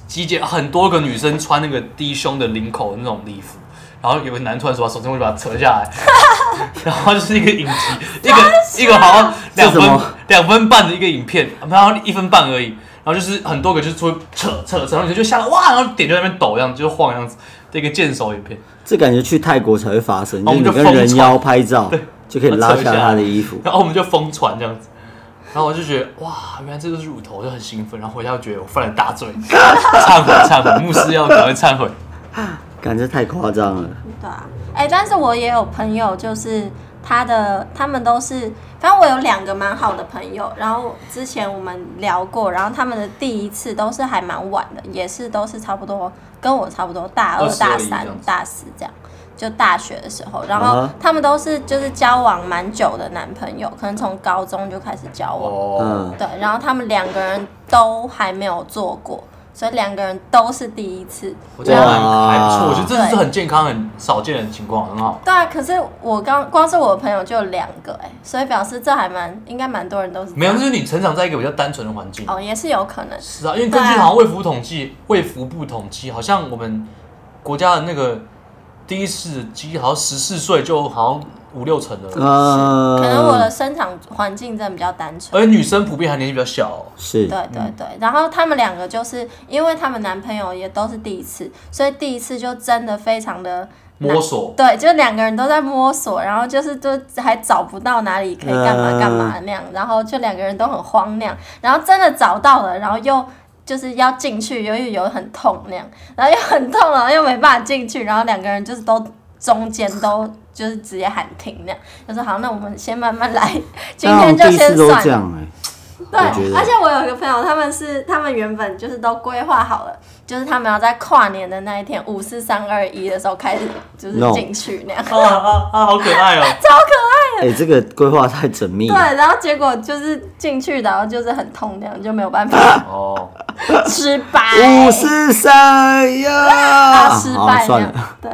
[SPEAKER 3] 集结很多个女生穿那个低胸的领口的那种礼服，然后有个男突然手把手伸过去把它扯下来， 然后就是一个影集，一个一个好像两
[SPEAKER 1] 这什
[SPEAKER 3] 分
[SPEAKER 1] 么
[SPEAKER 3] 两分半的一个影片，然后一分半而已，然后就是很多个就是出扯扯扯，然后你就下来哇，然后点就在那边抖这样，就是晃这样子的一个贱手影片，
[SPEAKER 1] 这感觉去泰国才会发生，
[SPEAKER 3] 哦
[SPEAKER 1] 就是你
[SPEAKER 3] 我们就
[SPEAKER 1] 跟
[SPEAKER 3] 疯
[SPEAKER 1] 人
[SPEAKER 3] 传
[SPEAKER 1] 妖拍照就可以拉
[SPEAKER 3] 扯一下
[SPEAKER 1] 下他的衣服。
[SPEAKER 3] 然后我们就疯传这样子。然后我就觉得哇，原来这就是乳头，就很兴奋。然后回家就觉得我犯了大罪，忏悔忏悔，牧师要赶快忏悔。
[SPEAKER 1] 感觉太夸张了。
[SPEAKER 4] 对啊，哎、但是我也有朋友，就是他的，他们都是，反正我有两个蛮好的朋友，然后之前我们聊过，然后他们的第一次都是还蛮晚的，也是都是差不多跟我差不多大二
[SPEAKER 3] 20、
[SPEAKER 4] 大
[SPEAKER 3] 而已这
[SPEAKER 4] 三哦
[SPEAKER 3] 样子、
[SPEAKER 4] 大四这样。就大学的时候，然
[SPEAKER 1] 啊
[SPEAKER 4] 后
[SPEAKER 1] 哈
[SPEAKER 4] 他们都是就是交往蛮久的男朋友，可能从高中就开始交往，
[SPEAKER 3] 哦，
[SPEAKER 1] 嗯，
[SPEAKER 4] 对，然后他们两个人都还没有做过，所以两个人都是第一次。
[SPEAKER 3] 我觉得还
[SPEAKER 1] 哇
[SPEAKER 3] 还不错，我觉得这就是很健康、很少见的情况，很好。
[SPEAKER 4] 对啊，可是我刚光是我的朋友就有两个哎、所以表示这还蛮应该蛮多人都是这
[SPEAKER 3] 没有，
[SPEAKER 4] 样
[SPEAKER 3] 就是你成长在一个比较单纯的环境。
[SPEAKER 4] 哦，也是有可能。
[SPEAKER 3] 是啊，因为根据
[SPEAKER 4] 对啊
[SPEAKER 3] 好像卫福统计、卫福部统计，好像我们国家的那个第一次机好像十四岁就好像五六成了，
[SPEAKER 4] 嗯
[SPEAKER 1] 呃，
[SPEAKER 4] 可能我的生长环境真的比较单纯，
[SPEAKER 3] 而且女生普遍还年纪比较小哦、
[SPEAKER 1] 是
[SPEAKER 4] 对对对。然后他们两个就是因为他们男朋友也都是第一次，所以第一次就真的非常的
[SPEAKER 3] 摸索。
[SPEAKER 4] 对，就两个人都在摸索，然后就是都还找不到哪里可以干嘛干嘛那样，然后就两个人都很慌那样，然后真的找到了，然后又就是要进去，由于有很痛那样，然后又很痛，然后又没办法进去，然后两个人就是都中间都就是直接喊停那样，就说好，那我们先慢慢来，今
[SPEAKER 1] 但
[SPEAKER 4] 天
[SPEAKER 1] 我
[SPEAKER 4] 就
[SPEAKER 1] 们第一
[SPEAKER 4] 先
[SPEAKER 1] 次都
[SPEAKER 4] 算
[SPEAKER 1] 这样哎、
[SPEAKER 4] 对
[SPEAKER 1] 我觉，得
[SPEAKER 4] 而且我有一个朋友，他们是他们原本就是都规划好了，就是他们要在跨年的那一天五四三二一的时候开始就是
[SPEAKER 1] No
[SPEAKER 4] 进去那样。
[SPEAKER 3] 啊啊啊！好可 爱哦、
[SPEAKER 4] 超可爱。
[SPEAKER 1] 哎、这个规划太缜密了。
[SPEAKER 4] 对，然后结果就是进去，然后就是很痛，那样就没有 办法
[SPEAKER 3] 哦，
[SPEAKER 4] 失败，
[SPEAKER 1] 五四三呀，
[SPEAKER 4] 大失
[SPEAKER 1] 好
[SPEAKER 4] 败那
[SPEAKER 1] 算
[SPEAKER 4] 样。
[SPEAKER 1] 了，
[SPEAKER 4] 对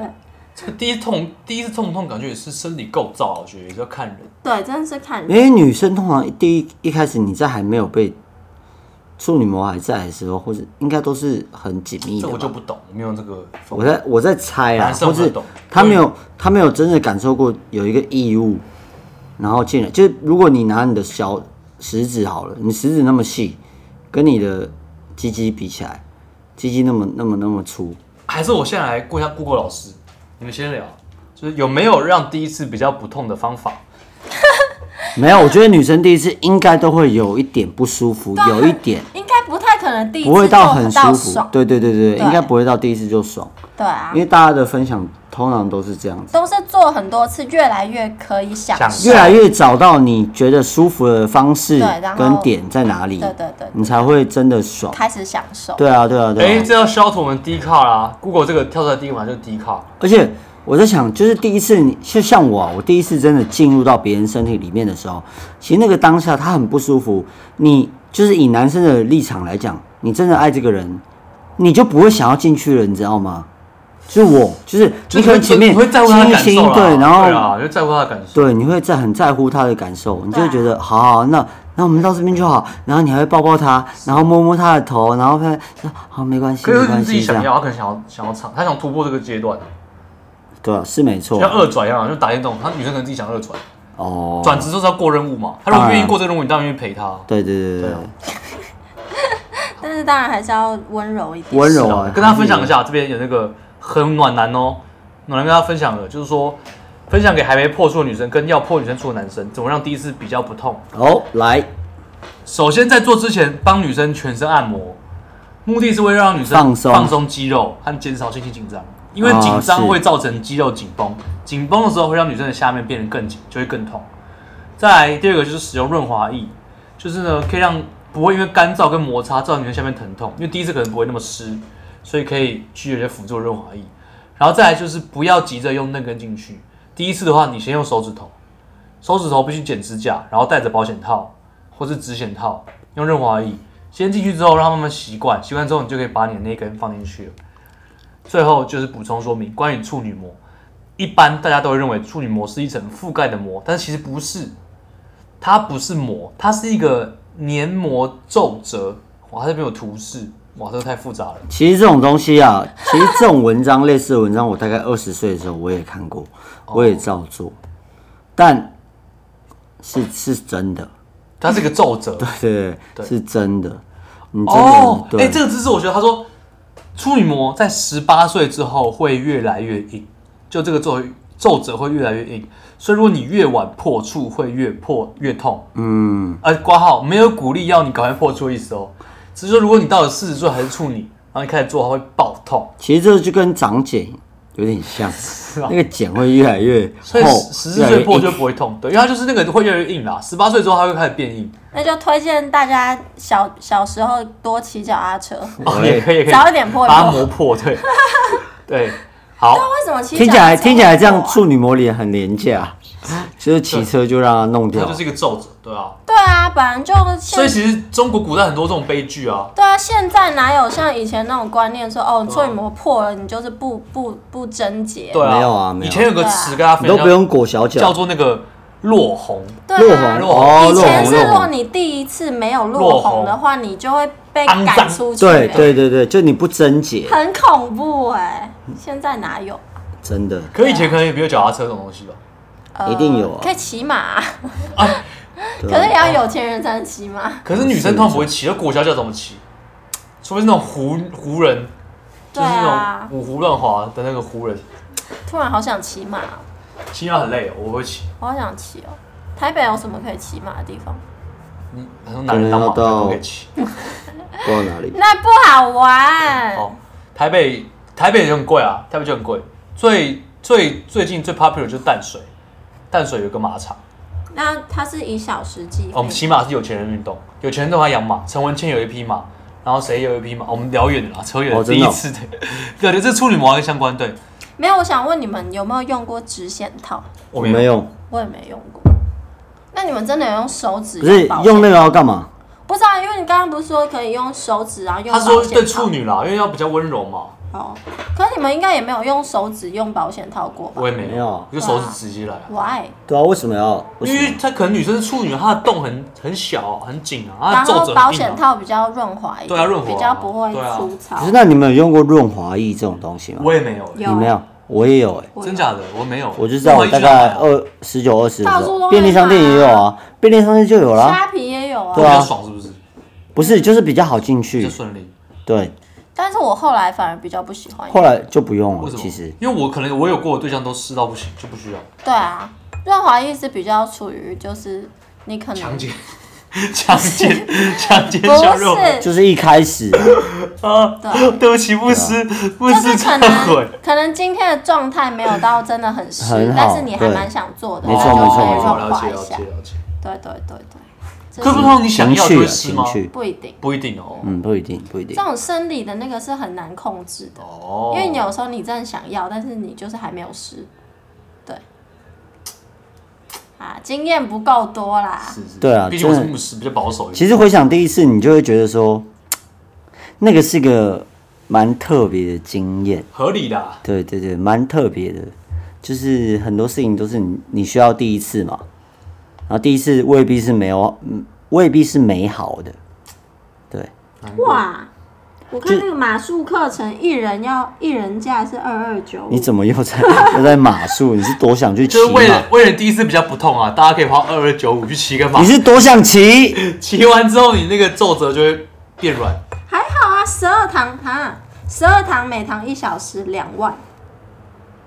[SPEAKER 3] 这个第一痛，第一次痛痛感觉也是生理构造，我觉得也是要看人。
[SPEAKER 4] 对，真的是看
[SPEAKER 1] 因
[SPEAKER 4] 人。
[SPEAKER 1] 为女生通常第一一开始你在还没有被处女膜还在的时候，或者应该都是很紧密
[SPEAKER 3] 这
[SPEAKER 1] 的
[SPEAKER 3] 我就
[SPEAKER 1] 吧。
[SPEAKER 3] 不懂，我没有这个。
[SPEAKER 1] 我在我在猜啊，
[SPEAKER 3] 男生
[SPEAKER 1] 或
[SPEAKER 3] 我不
[SPEAKER 1] 是
[SPEAKER 3] 懂嗯
[SPEAKER 1] 他没有他没有真的感受过有一个异物，然后进来就是如果你拿你的小食指好了，你食指那么细，跟你的鸡鸡比起来，鸡鸡那么那么那么粗，
[SPEAKER 3] 还是我现在来过一下顾顾老师，你们先聊，就是有没有让第一次比较不痛的方法？
[SPEAKER 1] 没有，我觉得女生第一次应该都会有一点不舒服，
[SPEAKER 4] 对啊
[SPEAKER 1] 有一点。
[SPEAKER 4] 应该不太可能第一
[SPEAKER 1] 不会
[SPEAKER 4] 次就
[SPEAKER 1] 到很舒
[SPEAKER 4] 到
[SPEAKER 1] 服
[SPEAKER 4] 爽，，
[SPEAKER 1] 对对对对，
[SPEAKER 4] 对
[SPEAKER 1] 应该不会到第一次就爽，
[SPEAKER 4] 对啊
[SPEAKER 1] 因，为大家的分享通常都是这样子，
[SPEAKER 4] 都是做很多次，越来越可以享
[SPEAKER 3] 享
[SPEAKER 4] 受。
[SPEAKER 3] 是
[SPEAKER 1] 越来越找到你觉得舒服的方式
[SPEAKER 4] 对然后
[SPEAKER 1] 跟点在哪里，
[SPEAKER 4] 对对对
[SPEAKER 1] 你才会真的爽。
[SPEAKER 4] 开始享受，
[SPEAKER 1] 对啊，对啊，
[SPEAKER 3] 哎、
[SPEAKER 1] 对啊。
[SPEAKER 3] 这要消除我们低卡啦。Google 啊这个跳出来第一个马上就低卡，
[SPEAKER 1] 而且我在想，就是第一次你，就像我、啊，我第一次真的进入到别人身体里面的时候，其实那个当下他很不舒服。你就是以男生的立场来讲，你真的爱这个人，你就不会想要进去了，你知道吗？就是我，就是你可能前面
[SPEAKER 3] 你会在乎他的
[SPEAKER 1] 亲一亲，
[SPEAKER 3] 感受啦，
[SPEAKER 1] 对，然后
[SPEAKER 3] 对啊，你会在乎他的感受。
[SPEAKER 1] 对，你会在很在乎他的感受，你就会
[SPEAKER 4] 对
[SPEAKER 1] 觉得好好，那那我们到这边就好，然后你还会抱抱他，然后摸摸他的头，然后会说好没关系，
[SPEAKER 3] 可是
[SPEAKER 1] 没
[SPEAKER 3] 你
[SPEAKER 1] 关
[SPEAKER 3] 自己
[SPEAKER 1] 系这
[SPEAKER 3] 想
[SPEAKER 1] 样，
[SPEAKER 3] 要，他可能想要想要唱，他想突破这个阶段，
[SPEAKER 1] 对啊，是没错
[SPEAKER 3] 就，像二转一样，就打电动，他女生可能自己想二转，
[SPEAKER 1] 哦，
[SPEAKER 3] 转职就是要过任务嘛。他如
[SPEAKER 1] 当
[SPEAKER 3] 果
[SPEAKER 1] 然
[SPEAKER 3] 愿意过这个任务，你当然愿意陪他。
[SPEAKER 1] 对对对对
[SPEAKER 3] 对啊
[SPEAKER 1] 对，
[SPEAKER 4] 但是当然还是要温柔一点。
[SPEAKER 1] 温柔
[SPEAKER 3] 是
[SPEAKER 1] 啊
[SPEAKER 3] 啊，，跟大家分享一下，这边有那个很暖男哦，暖男跟大家分享了，就是说分享给还没破处的女生跟要破女生处的男生，怎么让第一次比较不痛。
[SPEAKER 1] 哦，来，
[SPEAKER 3] 首先在做之前帮女生全身按摩，目的是为了让女生
[SPEAKER 1] 放松
[SPEAKER 3] 放松肌肉和减少心情紧张，因为
[SPEAKER 1] 哦
[SPEAKER 3] 紧张
[SPEAKER 1] 是
[SPEAKER 3] 会造成肌肉紧绷，紧绷的时候会让女生的下面变得更紧，就会更痛。再来第二个就是使用润滑液，就是呢可以让不会因为干燥跟摩擦造成女生下面疼痛，因为第一次可能不会那么湿，所以可以去有些辅助润滑液。然后再来就是不要急着用嫩根进去，第一次的话你先用手指头，手指头必须剪指甲，然后戴着保险套或是指险套，用润滑液先进去之后，让他们习惯，习惯之后你就可以把你的那根放进去了。最后就是补充说明关于处女膜，一般大家都会认为处女膜是一层覆盖的膜，但其实不是，它不是膜，它是一个黏膜皱褶。哇，它这边有图示，哇，这个太复杂了。
[SPEAKER 1] 其实这种东西啊，其实这种文章类似的文章，我大概二十岁的时候我也看过，
[SPEAKER 3] 哦
[SPEAKER 1] 我也照做，但是是真的，
[SPEAKER 3] 它是一个皱褶。
[SPEAKER 1] 对
[SPEAKER 3] 对
[SPEAKER 1] 是真的，你真的、
[SPEAKER 3] 哦，哎、
[SPEAKER 1] 对，
[SPEAKER 3] 这个知识我觉得他说，处女膜在十八岁之后会越来越硬，就这个皱皱褶会越来越硬，所以如果你越晚破处，会越破越痛。
[SPEAKER 1] 嗯，
[SPEAKER 3] 呃，挂号没有鼓励要你赶快破处的意思哦，只是说如果你到了四十岁还是处女，然后你开始做，它会爆痛。
[SPEAKER 1] 其实这就跟长茧有点像，
[SPEAKER 3] 啊
[SPEAKER 1] 那个茧会越来越
[SPEAKER 3] 所以
[SPEAKER 1] 厚，
[SPEAKER 3] 十
[SPEAKER 1] 越
[SPEAKER 3] 四
[SPEAKER 1] 来
[SPEAKER 3] 岁
[SPEAKER 1] 越
[SPEAKER 3] 破
[SPEAKER 1] 硬
[SPEAKER 3] 就不会痛，对，因为它就是那个会越来越硬啦。十八岁之后它会开始变硬，
[SPEAKER 4] 那就推荐大家小小时候多骑脚 踏车，
[SPEAKER 1] 哎
[SPEAKER 3] 哦，也可以，也可以
[SPEAKER 4] 早一点破一
[SPEAKER 3] 把它
[SPEAKER 4] 破。
[SPEAKER 3] 磨破，对，对，好，
[SPEAKER 4] 为什么骑
[SPEAKER 1] 听
[SPEAKER 4] 脚
[SPEAKER 1] 起
[SPEAKER 4] 踏
[SPEAKER 1] 来
[SPEAKER 4] 车
[SPEAKER 1] 听起来这
[SPEAKER 4] 会
[SPEAKER 1] 样
[SPEAKER 4] 破啊
[SPEAKER 1] 处女膜脸很廉价，就是骑车就让它弄
[SPEAKER 3] 它
[SPEAKER 1] 掉
[SPEAKER 3] 就，是一个皱褶，对啊。
[SPEAKER 4] 对啊，本来就
[SPEAKER 3] 所以
[SPEAKER 4] 现
[SPEAKER 3] 其实中国古代很多这种悲剧啊，
[SPEAKER 4] 对啊，现在哪有像以前那种观念说
[SPEAKER 3] 嗯
[SPEAKER 4] 哦，处女膜破了你就是不不不贞洁？
[SPEAKER 3] 对啊，
[SPEAKER 1] 没有啊没有
[SPEAKER 3] 以前有个词跟大家
[SPEAKER 1] 你
[SPEAKER 3] 分
[SPEAKER 1] 都
[SPEAKER 3] 享，
[SPEAKER 1] 不用裹小
[SPEAKER 3] 叫
[SPEAKER 1] 脚，
[SPEAKER 3] 做那个落红，
[SPEAKER 1] 落
[SPEAKER 4] 对啊
[SPEAKER 1] 红，
[SPEAKER 3] 落
[SPEAKER 1] 哦，
[SPEAKER 4] 以
[SPEAKER 1] 落
[SPEAKER 4] 前
[SPEAKER 1] 红
[SPEAKER 4] 是如
[SPEAKER 1] 落
[SPEAKER 4] 果
[SPEAKER 1] 红，
[SPEAKER 4] 你第一次没有
[SPEAKER 3] 落
[SPEAKER 4] 落
[SPEAKER 3] 红
[SPEAKER 4] 红的话，你就会被
[SPEAKER 3] 肮脏
[SPEAKER 4] 赶出去。
[SPEAKER 1] 对，对对对，就你不贞洁，
[SPEAKER 4] 很恐怖哎、现在哪有？
[SPEAKER 1] 真的
[SPEAKER 3] 可以前可能也没有脚踏车这种东西吧？
[SPEAKER 4] 呃
[SPEAKER 1] 一定有啊
[SPEAKER 4] 可以骑马、
[SPEAKER 3] 啊，
[SPEAKER 1] 对
[SPEAKER 4] 可是也要有钱人才能骑马。
[SPEAKER 3] 可是女生通常不会骑，那裹小脚怎么骑？除非是那种湖湖人，就
[SPEAKER 4] 对
[SPEAKER 3] 是那
[SPEAKER 4] 啊
[SPEAKER 3] 种，五湖乱华的那个湖人，
[SPEAKER 4] 突然好想骑马哦，
[SPEAKER 3] 骑马很累，我不会骑。
[SPEAKER 4] 我好想骑哦。台北有什么可以骑马的地方？
[SPEAKER 3] 你很多男人当马
[SPEAKER 1] 可能要到
[SPEAKER 3] 都可以骑。
[SPEAKER 1] 不知道哪里，
[SPEAKER 4] 那不好玩。
[SPEAKER 3] 哦，台北台北就很贵啊，台北就很贵。最最最近最 popular 就是淡水，淡水有个马场。
[SPEAKER 4] 那它是以小时计费。
[SPEAKER 3] 哦我们骑马是有钱人运动，有钱人都还养马。陈文茜有一匹马，然后谁有一匹马？我们聊远了啦，扯远了。
[SPEAKER 1] 哦
[SPEAKER 3] 第
[SPEAKER 1] 真的
[SPEAKER 3] 一
[SPEAKER 1] 哦
[SPEAKER 3] 次的，对，这是处女膜跟相关，对，
[SPEAKER 4] 没有，我想问你们有没有用过直线套？
[SPEAKER 3] 我
[SPEAKER 1] 没
[SPEAKER 3] 有。
[SPEAKER 1] 有，
[SPEAKER 4] 我也没用过。那你们真的有用手指？
[SPEAKER 1] 不是用那个？要干嘛？
[SPEAKER 4] 不知道、因为你刚刚不是说可以用手指，然后用
[SPEAKER 3] 他说
[SPEAKER 4] 保险
[SPEAKER 3] 对
[SPEAKER 4] 套
[SPEAKER 3] 处女啦，因为要比较温柔嘛，
[SPEAKER 4] 哦，可是你们应该也没有用手指用保险套过吧
[SPEAKER 3] 我也没
[SPEAKER 1] 没有啊
[SPEAKER 3] 我就手指直接来啊。
[SPEAKER 4] ？Why？
[SPEAKER 1] 对啊，为什么要？为
[SPEAKER 3] 因
[SPEAKER 1] 什
[SPEAKER 3] 为
[SPEAKER 1] 么？
[SPEAKER 3] 她可能女生是处女，她的洞很很小、很紧啊，她
[SPEAKER 4] 然
[SPEAKER 3] 的皱
[SPEAKER 4] 后
[SPEAKER 3] 褶
[SPEAKER 4] 保
[SPEAKER 3] 很硬
[SPEAKER 4] 险
[SPEAKER 3] 啊。
[SPEAKER 4] 套比较润滑一点，
[SPEAKER 3] 对啊润滑啊
[SPEAKER 4] 比较不会
[SPEAKER 3] 对啊
[SPEAKER 4] 粗糙。
[SPEAKER 1] 可是那你们有用过润滑液这种东西吗？
[SPEAKER 3] 我也没有，
[SPEAKER 4] 有啊
[SPEAKER 1] 你没有，我也有哎、
[SPEAKER 4] 我
[SPEAKER 3] 真假的我没有。
[SPEAKER 1] 我就知道我大概二十九二十的时
[SPEAKER 4] 到处都
[SPEAKER 1] 候，
[SPEAKER 4] 会
[SPEAKER 1] 便利商店也有啊，便利商店就有啦。
[SPEAKER 4] 虾皮也有
[SPEAKER 3] 我
[SPEAKER 4] 啊
[SPEAKER 1] 对，
[SPEAKER 3] 比
[SPEAKER 1] 啊
[SPEAKER 3] 较爽，是不是？
[SPEAKER 1] 不是，就是比较好进
[SPEAKER 3] 比
[SPEAKER 1] 去，
[SPEAKER 3] 较顺利。
[SPEAKER 1] 对，
[SPEAKER 4] 但是我后来反而比较不喜欢。
[SPEAKER 1] 后来就不用
[SPEAKER 3] 为
[SPEAKER 1] 了。
[SPEAKER 3] 什么？
[SPEAKER 1] 其实
[SPEAKER 3] 因为我可能我有过的对象都湿到不行，就不需要
[SPEAKER 4] 对啊，润滑液是比较处于就是你可能
[SPEAKER 3] 强奸、 强奸、强奸小
[SPEAKER 4] 不
[SPEAKER 3] 肉。
[SPEAKER 4] 是，
[SPEAKER 1] 就是一开始啊，
[SPEAKER 3] 啊，
[SPEAKER 4] 对
[SPEAKER 3] 对不起，不思不
[SPEAKER 4] 就是
[SPEAKER 3] 思
[SPEAKER 4] 可
[SPEAKER 3] 忏悔
[SPEAKER 4] 能。可能今天的状态没有到真的很湿
[SPEAKER 1] 很，好
[SPEAKER 4] 但是你还蛮想做的，
[SPEAKER 1] 对没错
[SPEAKER 4] 那就
[SPEAKER 1] 没错
[SPEAKER 4] 可以
[SPEAKER 1] 没错
[SPEAKER 4] 润
[SPEAKER 3] 哦了
[SPEAKER 4] 滑
[SPEAKER 3] 解
[SPEAKER 4] 一
[SPEAKER 3] 了
[SPEAKER 4] 下
[SPEAKER 3] 解。了解。
[SPEAKER 4] 对对对对，
[SPEAKER 3] 可
[SPEAKER 4] 就
[SPEAKER 3] 不
[SPEAKER 4] 是
[SPEAKER 3] 哦通你想
[SPEAKER 1] 情
[SPEAKER 3] 要就
[SPEAKER 1] 趣
[SPEAKER 3] 会
[SPEAKER 1] 啊，
[SPEAKER 3] 湿
[SPEAKER 1] 情
[SPEAKER 3] 吗？
[SPEAKER 1] 趣，
[SPEAKER 4] 不一定，
[SPEAKER 3] 不一定哦。
[SPEAKER 1] 嗯，不一定，不一定
[SPEAKER 4] 这。种生理的那个是很难控制的。
[SPEAKER 3] 哦，
[SPEAKER 4] 因为你有时候你真的想要，但是你就是还没有试，对，啊，经验不够多啦，
[SPEAKER 3] 是是
[SPEAKER 1] 对啊
[SPEAKER 3] 毕竟我是
[SPEAKER 1] 真的
[SPEAKER 3] 牧师，比较保守一点。
[SPEAKER 1] 其实回想第一次，你就会觉得说，那个是个蛮特别的经验。
[SPEAKER 3] 合理的啊，
[SPEAKER 1] 对对对，蛮特别的，就是很多事情都是你你需要第一次嘛，然后第一次未必是没有，嗯未必是美好的，对，
[SPEAKER 3] 难怪
[SPEAKER 4] 哇，我看那个马术课程一人要一人价是二二九，
[SPEAKER 1] 你怎么又在又在马术？你是多想去骑
[SPEAKER 3] 就是为了
[SPEAKER 1] 马？
[SPEAKER 3] 为了第一次比较不痛啊，大家可以花二二九五去骑个马
[SPEAKER 1] 你，是多想骑？
[SPEAKER 3] 骑完之后你那个皱褶就会变软。
[SPEAKER 4] 还好啊，十二堂哈，十二堂每堂一小时两万，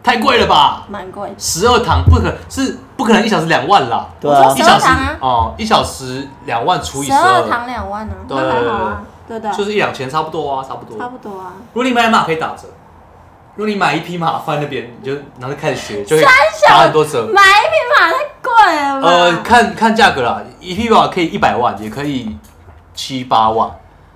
[SPEAKER 3] 太贵了吧？
[SPEAKER 4] 蛮贵的。
[SPEAKER 3] 十二堂不可是不可能一小时两万啦，
[SPEAKER 1] 对
[SPEAKER 4] 我
[SPEAKER 1] 啊
[SPEAKER 4] 说
[SPEAKER 3] 一
[SPEAKER 4] 十
[SPEAKER 3] 小
[SPEAKER 4] 二
[SPEAKER 3] 时
[SPEAKER 4] 堂啊，
[SPEAKER 3] 哦、一小时两万除以
[SPEAKER 4] 十
[SPEAKER 3] 十
[SPEAKER 4] 二
[SPEAKER 3] 二，
[SPEAKER 4] 堂两万啊，
[SPEAKER 3] 对
[SPEAKER 4] 那还好啊，对不对？
[SPEAKER 3] 就是一两千差不多啊，差不多。
[SPEAKER 4] 差不多啊。
[SPEAKER 3] 如果你买马可以打折，如果你买一匹马放在那边，你就然后就开始学，就会
[SPEAKER 4] 小
[SPEAKER 3] 打
[SPEAKER 4] 啊
[SPEAKER 3] 很多折。
[SPEAKER 4] 买一匹马太贵了吧？
[SPEAKER 3] 呃，看看价格啦，一匹马可以一百万，也可以七八万，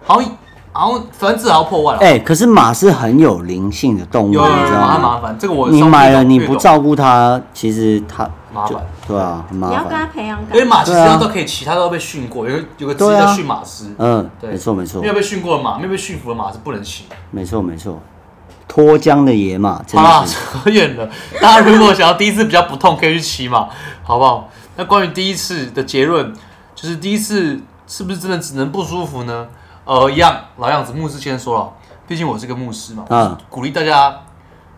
[SPEAKER 3] 好像好像反正至少要破万了。
[SPEAKER 1] 哎、可是马是很有灵性的动物，你
[SPEAKER 3] 有有有
[SPEAKER 1] 知
[SPEAKER 3] 麻
[SPEAKER 1] 道
[SPEAKER 3] 烦
[SPEAKER 1] 吗
[SPEAKER 3] 麻？烦，这个我
[SPEAKER 1] 你
[SPEAKER 3] 稍微
[SPEAKER 1] 买了
[SPEAKER 3] 懂
[SPEAKER 1] 你
[SPEAKER 3] 略
[SPEAKER 1] 不
[SPEAKER 3] 懂
[SPEAKER 1] 照顾它，其实它
[SPEAKER 3] 麻
[SPEAKER 1] 就
[SPEAKER 3] 烦
[SPEAKER 1] 对啊，很
[SPEAKER 4] 你要
[SPEAKER 1] 麻
[SPEAKER 4] 跟他
[SPEAKER 1] 烦。
[SPEAKER 4] 培养感
[SPEAKER 3] 因为
[SPEAKER 4] 情。
[SPEAKER 3] 马其实
[SPEAKER 1] 对啊
[SPEAKER 3] 它都可以骑，它都被训过，有个有个职
[SPEAKER 1] 对
[SPEAKER 3] 业
[SPEAKER 1] 啊
[SPEAKER 3] 叫驯马师，
[SPEAKER 1] 嗯，
[SPEAKER 3] 对
[SPEAKER 1] 没错没错
[SPEAKER 3] 没有被训过的马，没有被驯服的马是不能骑。
[SPEAKER 1] 没错没错，脱缰的野马真
[SPEAKER 3] 好啦，
[SPEAKER 1] 的是。
[SPEAKER 3] 扯远了。大家如果想要第一次比较不痛，可以去骑马，好不好？那关于第一次的结论，就是第一次是不是真的只能不舒服呢？呃，一样老样子，牧师先说了，毕竟我是个牧师嘛，
[SPEAKER 1] 嗯
[SPEAKER 3] 我是鼓励大家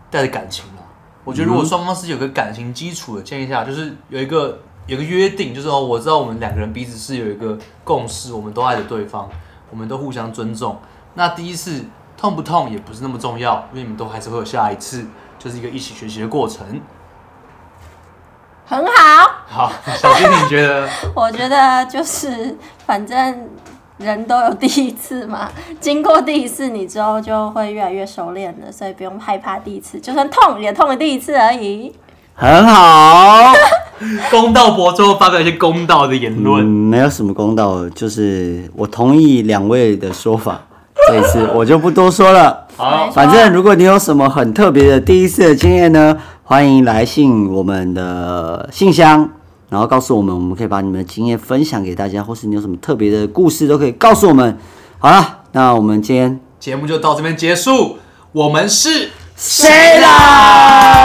[SPEAKER 3] 带着感情啊。我觉得如果双方是有个感情基础的，建议下就是有一个有个约定，就是哦，我知道我们两个人彼此是有一个共识，我们都爱着对方，我们都互相尊重。那第一次痛不痛也不是那么重要，因为你们都还是会有下一次，就是一个一起学习的过程。
[SPEAKER 4] 很好，
[SPEAKER 3] 好，小金你觉得？
[SPEAKER 4] 我觉得就是反正人都有第一次嘛， 经过第一次你之后就会越来越熟练了，所以不用害怕第一次，就算痛也痛了第一次而已。
[SPEAKER 1] 很好，
[SPEAKER 3] 公道博最后发表一些公道的言
[SPEAKER 1] 嗯，
[SPEAKER 3] 论，
[SPEAKER 1] 没有什么公道，就是我同意两位的说法，这一次我就不多说了。
[SPEAKER 3] 好，
[SPEAKER 1] 反正如果你有什么很特别的第一次的经验呢，欢迎来信我们的信箱，然后告诉我们，我们可以把你们的经验分享给大家，或是你有什么特别的故事都可以告诉我们。好了，那我们今天
[SPEAKER 3] 节目就到这边结束，我们是。啊
[SPEAKER 1] 谁啦？